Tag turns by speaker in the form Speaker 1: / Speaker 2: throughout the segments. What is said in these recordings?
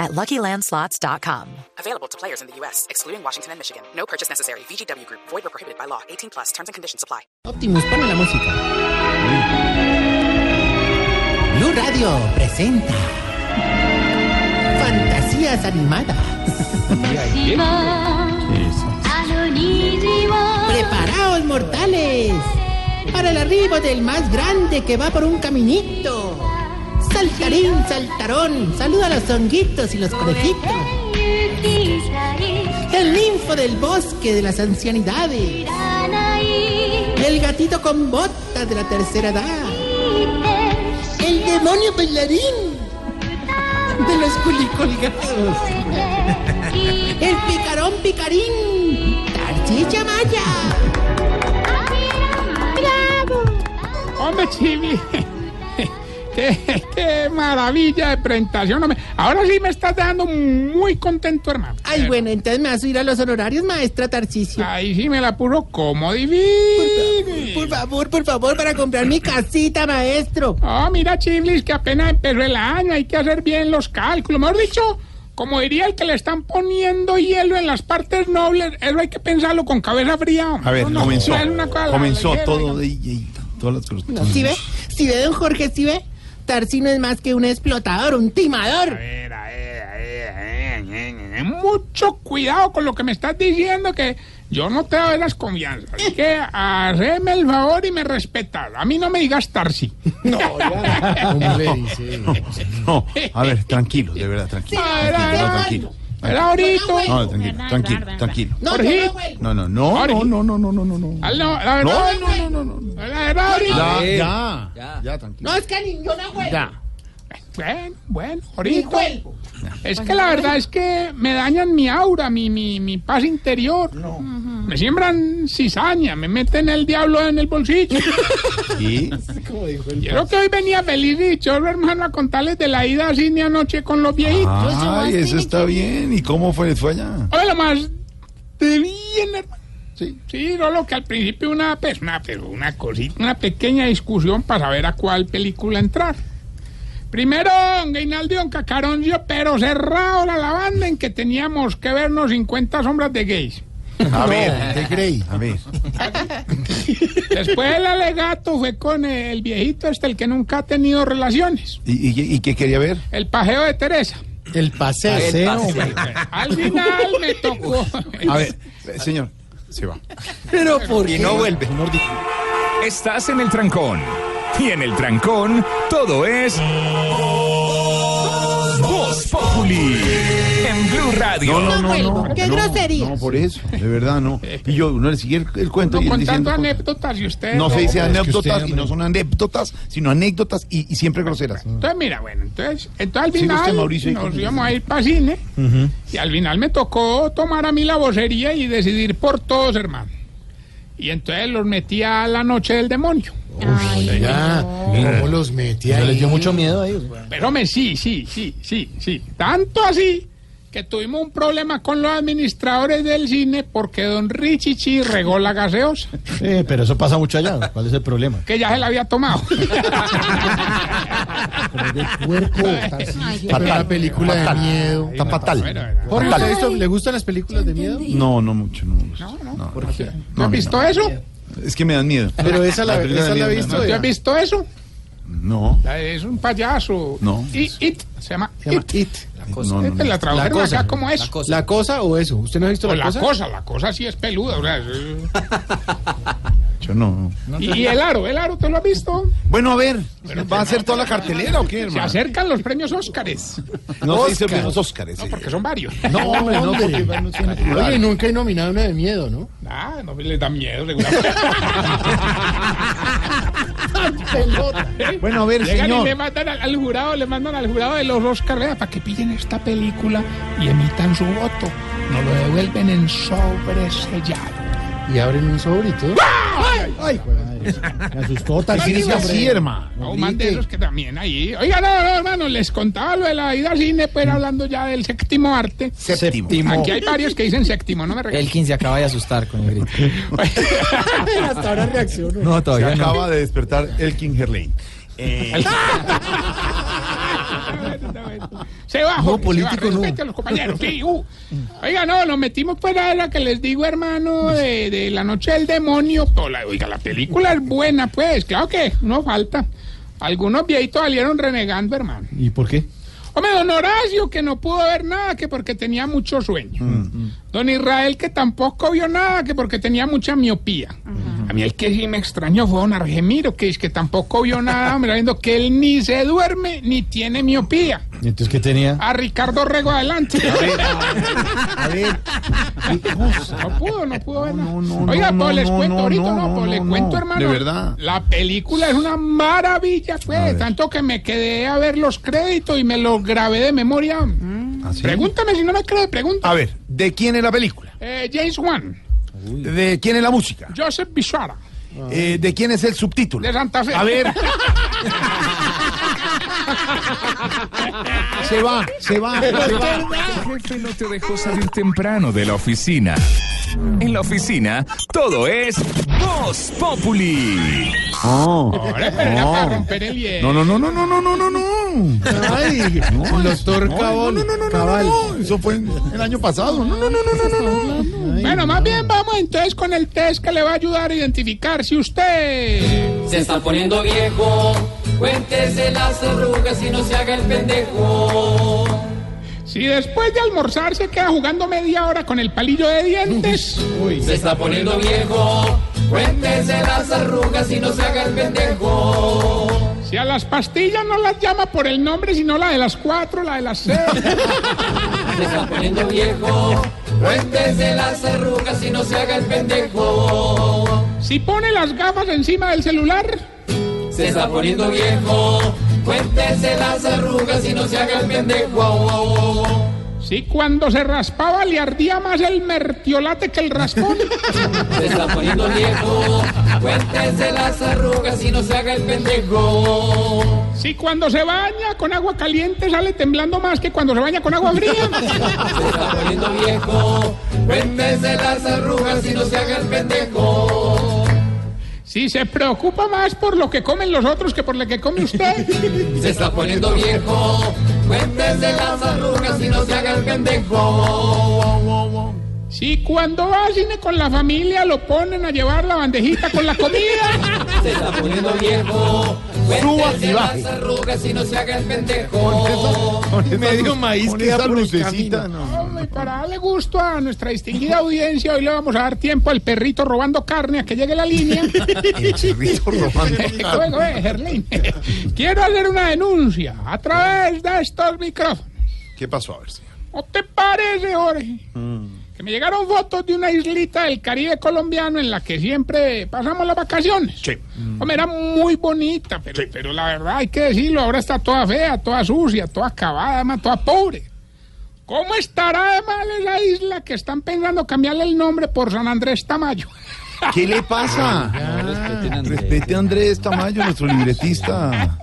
Speaker 1: at luckylandslots.com.
Speaker 2: Available to players in the U.S., excluding Washington and Michigan. No purchase necessary. VGW Group, void or prohibited by law. 18 plus terms and conditions apply.
Speaker 3: Optimus, pone la música. Blue Radio presenta Fantasías animadas. Preparaos, mortales, para el arribo del más grande que va por un caminito. Saltarín, saltarón, saluda a los honguitos y los conejitos. El ninfo del bosque de las ancianidades. El gatito con botas de la tercera edad. El demonio bailarín de los culicolgados. El picarón picarín. Tarchicha Maya.
Speaker 4: Hombre, Chibi, qué, qué maravilla de presentación. hombre. Ahora sí me estás dejando muy contento, hermano.
Speaker 3: Ay, bueno, entonces me vas a ir a los honorarios, maestra Tarchicio.
Speaker 4: Ahí sí me la puro como divino.
Speaker 3: Por favor, por favor, para comprar mi casita, maestro.
Speaker 4: Oh, mira, Chiblis, que apenas empezó el año, hay que hacer bien los cálculos. Mejor dicho, como diría el que le están poniendo hielo en las partes nobles, eso hay que pensarlo con cabeza fría. hombre.
Speaker 5: A ver,
Speaker 4: Eso no
Speaker 5: comenzó.
Speaker 4: es una cosa a la
Speaker 5: comenzó
Speaker 4: ligera,
Speaker 5: todo.
Speaker 4: digamos.
Speaker 5: de- y- y- todas las cosas.
Speaker 3: ¿Sí ve? ¿Sí ve, don Jorge? ¿Sí ve? Tarsi no es más que un explotador, un
Speaker 4: A
Speaker 3: timador.
Speaker 4: ver, a ver, a ver, a ver, eh, eh, Mucho cuidado con lo que me estás diciendo, que yo no te doy las confianzas. Así que hazme el favor y me respetas. A mí no me digas Tarsi.
Speaker 3: Ah.
Speaker 5: No, no, a ver, tranquilo, de verdad, tranquilo. Tranquilo,
Speaker 4: Era ahorita.
Speaker 5: no, tranquilo. No, tranquilo, tranquilo, tranquilo.
Speaker 3: No, yo no vuelvo.
Speaker 5: No, no, no, no, no, no, no, no, no, no.
Speaker 4: Ah, no, la
Speaker 5: No,
Speaker 4: verdad,
Speaker 5: no, no, no, no.
Speaker 4: la verdad, ahorita.
Speaker 5: Ya, ya, ya, tranquilo.
Speaker 3: No, es que ni yo no vuelvo.
Speaker 4: Bueno,
Speaker 3: Ni
Speaker 4: bueno, ahorita.
Speaker 3: vuelvo.
Speaker 4: Es que la verdad es que me dañan mi aura, mi, mi, mi paz interior. Ujú. Me siembran cizaña, me meten el diablo en el bolsillo.
Speaker 5: Sí,
Speaker 4: Yo que hoy venía feliz y dichoso, hermano, a contarles de la ida a cine anoche con los viejitos.
Speaker 5: Ay, eso está bien. ¿Y cómo fue, fue allá?
Speaker 4: Oye, lo más de bien, hermano.
Speaker 5: Sí.
Speaker 4: Sí, no, lo que al principio una persona, pero una cosita, una pequeña discusión para saber a cuál película entrar. Primero, don Gainaldo y don Cacaroncio, pero cerrado la lavanda en que teníamos que vernos 50 sombras de gays.
Speaker 5: A ver, ¿qué creí? A ver.
Speaker 4: Después el alegato fue con el viejito este, el que nunca ha tenido relaciones.
Speaker 5: ¿Y, y, y qué quería ver?
Speaker 4: El pajeo de Teresa.
Speaker 6: El paseo.
Speaker 4: Al final me tocó.
Speaker 5: A ver, eh, señor, se va.
Speaker 3: Pero ¿por qué?
Speaker 5: vuelve.
Speaker 7: Estás en el trancón. Y en el trancón, todo es. Voz Populi. En Blue Radio.
Speaker 3: No vuelvo. Qué grosería.
Speaker 5: No, por eso, de verdad, no. Y yo, uno le sigue el, el cuento
Speaker 4: No
Speaker 5: y él
Speaker 4: contando
Speaker 5: diciendo cosas.
Speaker 4: anécdotas y ustedes.
Speaker 5: No se
Speaker 6: pero es
Speaker 5: dice
Speaker 6: que
Speaker 5: anécdotas
Speaker 6: usted,
Speaker 5: y no son anécdotas, sino anécdotas y, y siempre groseras.
Speaker 4: Entonces, mira, bueno, entonces, entonces al
Speaker 5: Sigue usted,
Speaker 4: final
Speaker 5: Mauricio, y
Speaker 4: nos
Speaker 5: continúe.
Speaker 4: íbamos a ir para cine y al final me tocó tomar a mí la vocería y decidir por todos, hermano. Y entonces los metí a la noche del demonio.
Speaker 6: Ya, ¿Cómo los metía? les dio mucho miedo a ellos.
Speaker 4: Pero hombre, sí, sí, sí, sí, sí. Tanto así que tuvimos un problema con los administradores del cine porque don Richichi regó la gaseosa,
Speaker 6: Sí, pero eso pasa mucho allá. ¿Cuál es el problema?
Speaker 4: que ya se la había tomado.
Speaker 6: la película de miedo.
Speaker 5: Está
Speaker 4: Bueno,
Speaker 5: fatal.
Speaker 4: bueno.
Speaker 6: Jorge, ¿le, gustan- le gustan las películas de miedo?
Speaker 5: No, no mucho, no me gusta.
Speaker 4: no.
Speaker 5: ¿Por qué?
Speaker 4: ¿No has visto eso?
Speaker 5: Es que me dan miedo.
Speaker 6: Pero esa la,
Speaker 5: película
Speaker 6: esa
Speaker 5: de
Speaker 6: la he
Speaker 5: miedo,
Speaker 6: visto.
Speaker 4: ¿Tú
Speaker 5: ¿no?
Speaker 4: has
Speaker 6: ya.
Speaker 4: visto eso?
Speaker 5: No,
Speaker 4: Es un payaso.
Speaker 5: No.
Speaker 4: Y It, se llama
Speaker 6: Se llama
Speaker 4: It.
Speaker 6: It.
Speaker 5: no, no, no.
Speaker 4: Te la tradujeron
Speaker 6: La cosa,
Speaker 4: acá como eso.
Speaker 6: ¿La cosa o eso? ¿Usted no ha visto
Speaker 4: O
Speaker 6: la, cosa?
Speaker 4: la cosa sí es peluda. o sea, es-
Speaker 5: Yo no.
Speaker 4: y, y el aro, el aro, ¿te lo has visto?
Speaker 5: Bueno, a ver, ¿va a ser toda la cartelera o qué,
Speaker 4: Se
Speaker 5: hermano?
Speaker 4: acercan los premios Óscares,
Speaker 5: No se dice menos Óscares.
Speaker 4: no,
Speaker 5: eh.
Speaker 4: porque son varios.
Speaker 6: No, hombre, no, porque no tiene plural. Oye, nunca he nominado una de miedo, ¿no?
Speaker 4: Ah, no les da miedo, seguramente.
Speaker 6: Pelota.
Speaker 5: Bueno, a ver,
Speaker 4: Llegan y
Speaker 5: señor.
Speaker 4: le mandan al, al jurado, le mandan al jurado de los Óscares vea, para que pillen esta película y emitan su voto. No lo devuelven en sobre sellado.
Speaker 6: y abren un sobrito.
Speaker 5: Me asustó, tan sí,
Speaker 6: Hombre.
Speaker 5: así, hermano.
Speaker 4: O más de esos que también ahí. Oiga, no, no, hermano, les contaba lo de la ida al cine,
Speaker 8: Mm.
Speaker 4: pero hablando ya del séptimo arte.
Speaker 5: Séptimo.
Speaker 4: Aquí hay varios que dicen séptimo, no me recuerdo.
Speaker 8: Elkin se acaba de asustar con el grito.
Speaker 6: Hasta ahora reacciono.
Speaker 8: No,
Speaker 5: Se
Speaker 8: todavía no.
Speaker 5: acaba de despertar el Eh, Kingerley.
Speaker 4: Se va, Jorge,
Speaker 5: político,
Speaker 4: se
Speaker 5: no.
Speaker 4: va. Respete a los compañeros. Sí, uh. Oiga, no, nos metimos para la que les digo, hermano, de, de La Noche del Demonio. Pues, la- oiga, la película es buena, pues. Claro que no falta. Algunos viejitos salieron renegando, hermano.
Speaker 5: ¿Y por qué?
Speaker 4: Hombre, don Horacio, que no pudo ver nada, que porque tenía mucho sueño.
Speaker 5: Mm.
Speaker 4: Don Israel, que tampoco vio nada, que porque tenía mucha miopía. A mí el que sí me extrañó fue don Argemiro, que es que tampoco vio nada, hombre, viendo que él ni se duerme ni tiene miopía.
Speaker 5: Entonces, ¿qué tenía?
Speaker 4: A Ricardo Rego adelante.
Speaker 5: A ver, ¿qué cosa?
Speaker 4: No pudo, no pudo ver nada.
Speaker 5: No, no, no,
Speaker 4: Oiga,
Speaker 5: no,
Speaker 4: pues les
Speaker 5: no,
Speaker 4: cuento
Speaker 5: no,
Speaker 4: ahorita,
Speaker 5: no,
Speaker 4: no, pues
Speaker 5: no,
Speaker 4: les
Speaker 5: no,
Speaker 4: cuento,
Speaker 5: de
Speaker 4: hermano.
Speaker 5: verdad.
Speaker 4: La película es una maravilla, pues.
Speaker 5: ver.
Speaker 4: Tanto que me quedé a ver los créditos y me los grabé de memoria.
Speaker 5: ¿Así?
Speaker 4: Pregúntame si no me crees,
Speaker 5: A
Speaker 4: pregúntame.
Speaker 5: ver, ¿de quién es la película?
Speaker 4: Eh, James Wan,
Speaker 5: ¿De quién es la música?
Speaker 4: Joseph Bishara,
Speaker 5: Eh, ¿De quién es el subtítulo?
Speaker 4: de Santa Fe.
Speaker 5: A ver. Se va, se va. se va.
Speaker 7: Jefe no te dejó salir temprano de la oficina. En la oficina, todo es Voz Populi.
Speaker 4: Ahora, pero era para romper el hielo.
Speaker 5: No, no, no, no, no, no, no, no, no.
Speaker 6: Ay,
Speaker 5: No,
Speaker 6: doctor
Speaker 5: no,
Speaker 6: Cabal.
Speaker 5: No, no, no, no,
Speaker 6: Cabal.
Speaker 5: no, no. Eso fue en- el año pasado. No, no, no, no, no, no, no.
Speaker 4: Bueno, más bien vamos entonces con el test que le va a ayudar a identificar si usted...
Speaker 9: Se está poniendo viejo, cuéntese las arrugas y no se haga el pendejo.
Speaker 4: Si después de almorzar se queda jugando media hora con el palillo de dientes...
Speaker 9: Se está poniendo viejo, cuéntese las arrugas y no se haga el pendejo.
Speaker 4: Si a las pastillas no las llama por el nombre, sino la de las cuatro, la de las seis.
Speaker 9: Se está poniendo viejo, cuéntese las arrugas y no se haga el pendejo.
Speaker 4: si pone las gafas encima del celular.
Speaker 9: Se está poniendo viejo, cuéntese las arrugas y no se haga el pendejo.
Speaker 4: Si cuando se raspaba le ardía más el mertiolate que el raspón.
Speaker 9: Se está poniendo viejo, cuéntese las arrugas y no se haga el pendejo.
Speaker 4: si cuando se baña con agua caliente sale temblando más que cuando se baña con agua fría.
Speaker 9: Se está poniendo viejo, cuéntese las arrugas y no se haga el pendejo.
Speaker 4: si se preocupa más por lo que comen los otros que por lo que come usted.
Speaker 9: Se está poniendo viejo, cuéntese las arrugas y no se haga el pendejo.
Speaker 4: si cuando va al cine con la familia lo ponen a llevar la bandejita con la comida.
Speaker 9: Se está poniendo viejo, cuéntese las arrugas y no se haga el pendejo.
Speaker 5: Medio maíz
Speaker 6: queda por el
Speaker 5: lucecita.
Speaker 6: camino.
Speaker 5: no.
Speaker 4: Hombre, para darle gusto a nuestra distinguida audiencia, hoy le vamos a dar tiempo al perrito robando carne a que llegue la línea.
Speaker 5: El chirrito robando.
Speaker 4: Oye, oye, eh, Gerlín, Quiero hacer una denuncia a través de estos micrófonos.
Speaker 5: ¿Qué pasó? A ver, señor.
Speaker 4: ¿No te parece, Jorge?
Speaker 5: Mm.
Speaker 4: Que me llegaron fotos de una islita del Caribe colombiano en la que siempre pasamos las vacaciones. Mm.
Speaker 5: Sí.
Speaker 4: Hombre, era muy bonita, pero, pero la verdad hay que decirlo, ahora está toda fea, toda sucia, toda acabada, además, toda pobre. ¿Cómo estará de mal esa isla que están pensando cambiarle el nombre por San Andrés Tamayo?
Speaker 5: ¿Qué le pasa? Respete a Andrés Tamayo, nuestro libretista.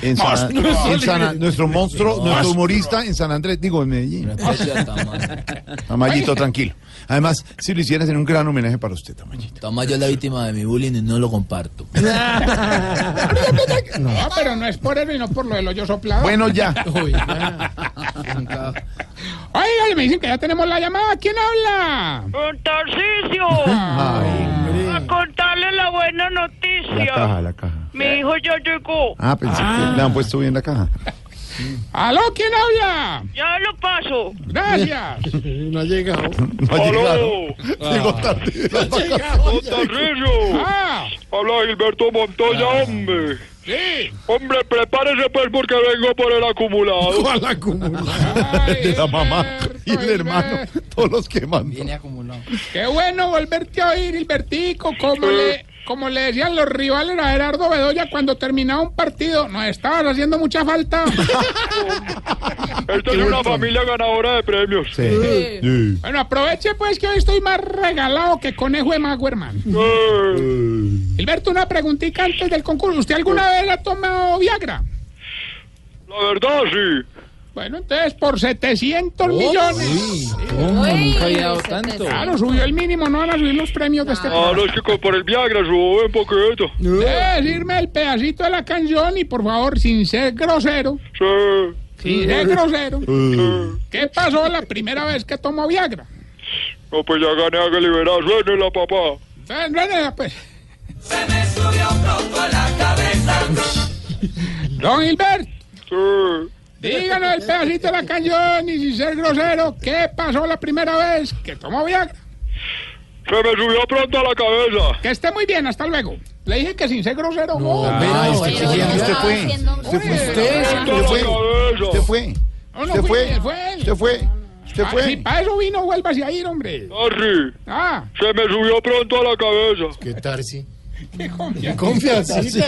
Speaker 5: En San-
Speaker 4: Monstruo.
Speaker 5: en San- nuestro monstruo, nuestro humorista en San Andrés, digo en Medellín. Tamayito, tranquilo. Además, si lo hicieras en un gran homenaje para usted, Tamayito.
Speaker 8: Tamayo es la víctima de mi bullying y no lo comparto.
Speaker 4: No, pero no es por eso y no por lo del hoyo soplado.
Speaker 5: Bueno, ya.
Speaker 4: Oiga, me dicen que ya tenemos la llamada. ¿Quién habla?
Speaker 10: Don Tarcisio,
Speaker 5: Ay,
Speaker 10: a contarle la buena
Speaker 5: la
Speaker 10: noticia.
Speaker 5: caja, la caja.
Speaker 10: Mi hijo ya llegó.
Speaker 5: Ah, pensé que le han puesto bien la caja.
Speaker 4: ¿Aló? ¿Quién habla?
Speaker 10: Ya lo paso.
Speaker 4: Gracias.
Speaker 6: No ha llegado.
Speaker 5: No ha llegado. Llegó tarde. de las vacaciones.
Speaker 10: Tarcisio,
Speaker 4: Ah,
Speaker 10: habla Gilberto Montoya, hombre.
Speaker 4: sí.
Speaker 10: Hombre, prepárese pues porque vengo por el acumulado.
Speaker 5: Toda la acumulada
Speaker 4: Ay,
Speaker 5: de la mamá
Speaker 4: Alberto,
Speaker 5: y el hermano,
Speaker 4: Alberto.
Speaker 5: todos los que mandan.
Speaker 8: Viene acumulado.
Speaker 4: Qué bueno volverte a oír, Hilbertico. ¿Cómo le, Como le decían los rivales a Gerardo Bedoya cuando terminaba un partido, nos estabas haciendo mucha falta.
Speaker 10: Esta es una familia ganadora de premios.
Speaker 5: Sí.
Speaker 4: Bueno, aproveche pues que hoy estoy más regalado que conejo de mago, hermano. Gilberto, una preguntita antes del concurso. ¿Usted alguna vez ha tomado Viagra?
Speaker 10: Pues. La verdad, sí.
Speaker 4: Bueno, entonces por 700 millones.
Speaker 8: Oh, Nunca había dado tanto.
Speaker 4: Claro, subió el mínimo, no van a subir los premios de este
Speaker 10: Ah,
Speaker 4: programa.
Speaker 10: no es que con- por el Viagra subo un poquito.
Speaker 4: Debe decirme el pedacito de la canción y por favor, sin ser grosero,
Speaker 10: Sí.
Speaker 4: sin ser grosero,
Speaker 10: sí.
Speaker 4: ¿qué pasó la primera vez que tomó Viagra?
Speaker 10: No, pues ya gané a que liberar. Suénela, papá.
Speaker 4: Ven, ven, pues. Don Gilbert,
Speaker 10: Sí.
Speaker 4: díganos el pedacito de la canción y sin ser grosero, ¿qué pasó la primera vez que tomó Viagra?
Speaker 10: Se me subió pronto a la cabeza.
Speaker 4: Que esté muy bien, hasta luego. Le dije que sin ser grosero, no.
Speaker 5: Ah, es que
Speaker 6: Pero
Speaker 5: usted-
Speaker 6: yo
Speaker 5: usted
Speaker 6: estaba
Speaker 5: fue.
Speaker 11: haciendo un
Speaker 5: Usted fue.
Speaker 10: Pronto a
Speaker 5: Usted
Speaker 10: la
Speaker 5: fue. Usted
Speaker 10: cabeza.
Speaker 5: fue.
Speaker 4: No, no
Speaker 5: Usted
Speaker 4: fui,
Speaker 5: fue.
Speaker 4: fue él.
Speaker 5: Usted fue. Usted
Speaker 4: Ah, Si
Speaker 5: fue.
Speaker 4: para eso vino, vuélvase a ir, hombre.
Speaker 10: Tarsi,
Speaker 4: Ah,
Speaker 10: se me subió pronto a la cabeza.
Speaker 6: ¿Qué tal, sí?
Speaker 4: qué confianza.
Speaker 6: Confiancita.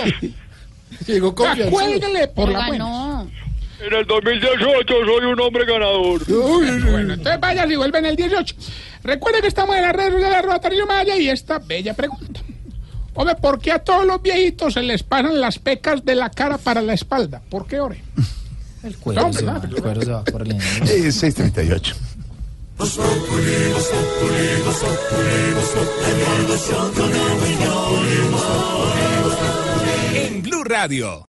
Speaker 6: Llegó
Speaker 4: O sea,
Speaker 6: confiancita.
Speaker 4: cuélguele por la buena.
Speaker 11: Ganó.
Speaker 10: En el 2018 soy un hombre ganador.
Speaker 4: Bueno, entonces vaya si vuelven el 18. Recuerden que estamos en las redes sociales de Rotario Maya y esta bella pregunta. Hombre, ¿por qué a todos los viejitos se les paran las pecas de la cara para la espalda? ¿Por qué, ore?
Speaker 8: El cuero,
Speaker 4: No,
Speaker 8: se va,
Speaker 4: ¿verdad?
Speaker 8: el cuero se va corriendo.
Speaker 5: Eh, 638.
Speaker 7: En Blue Radio.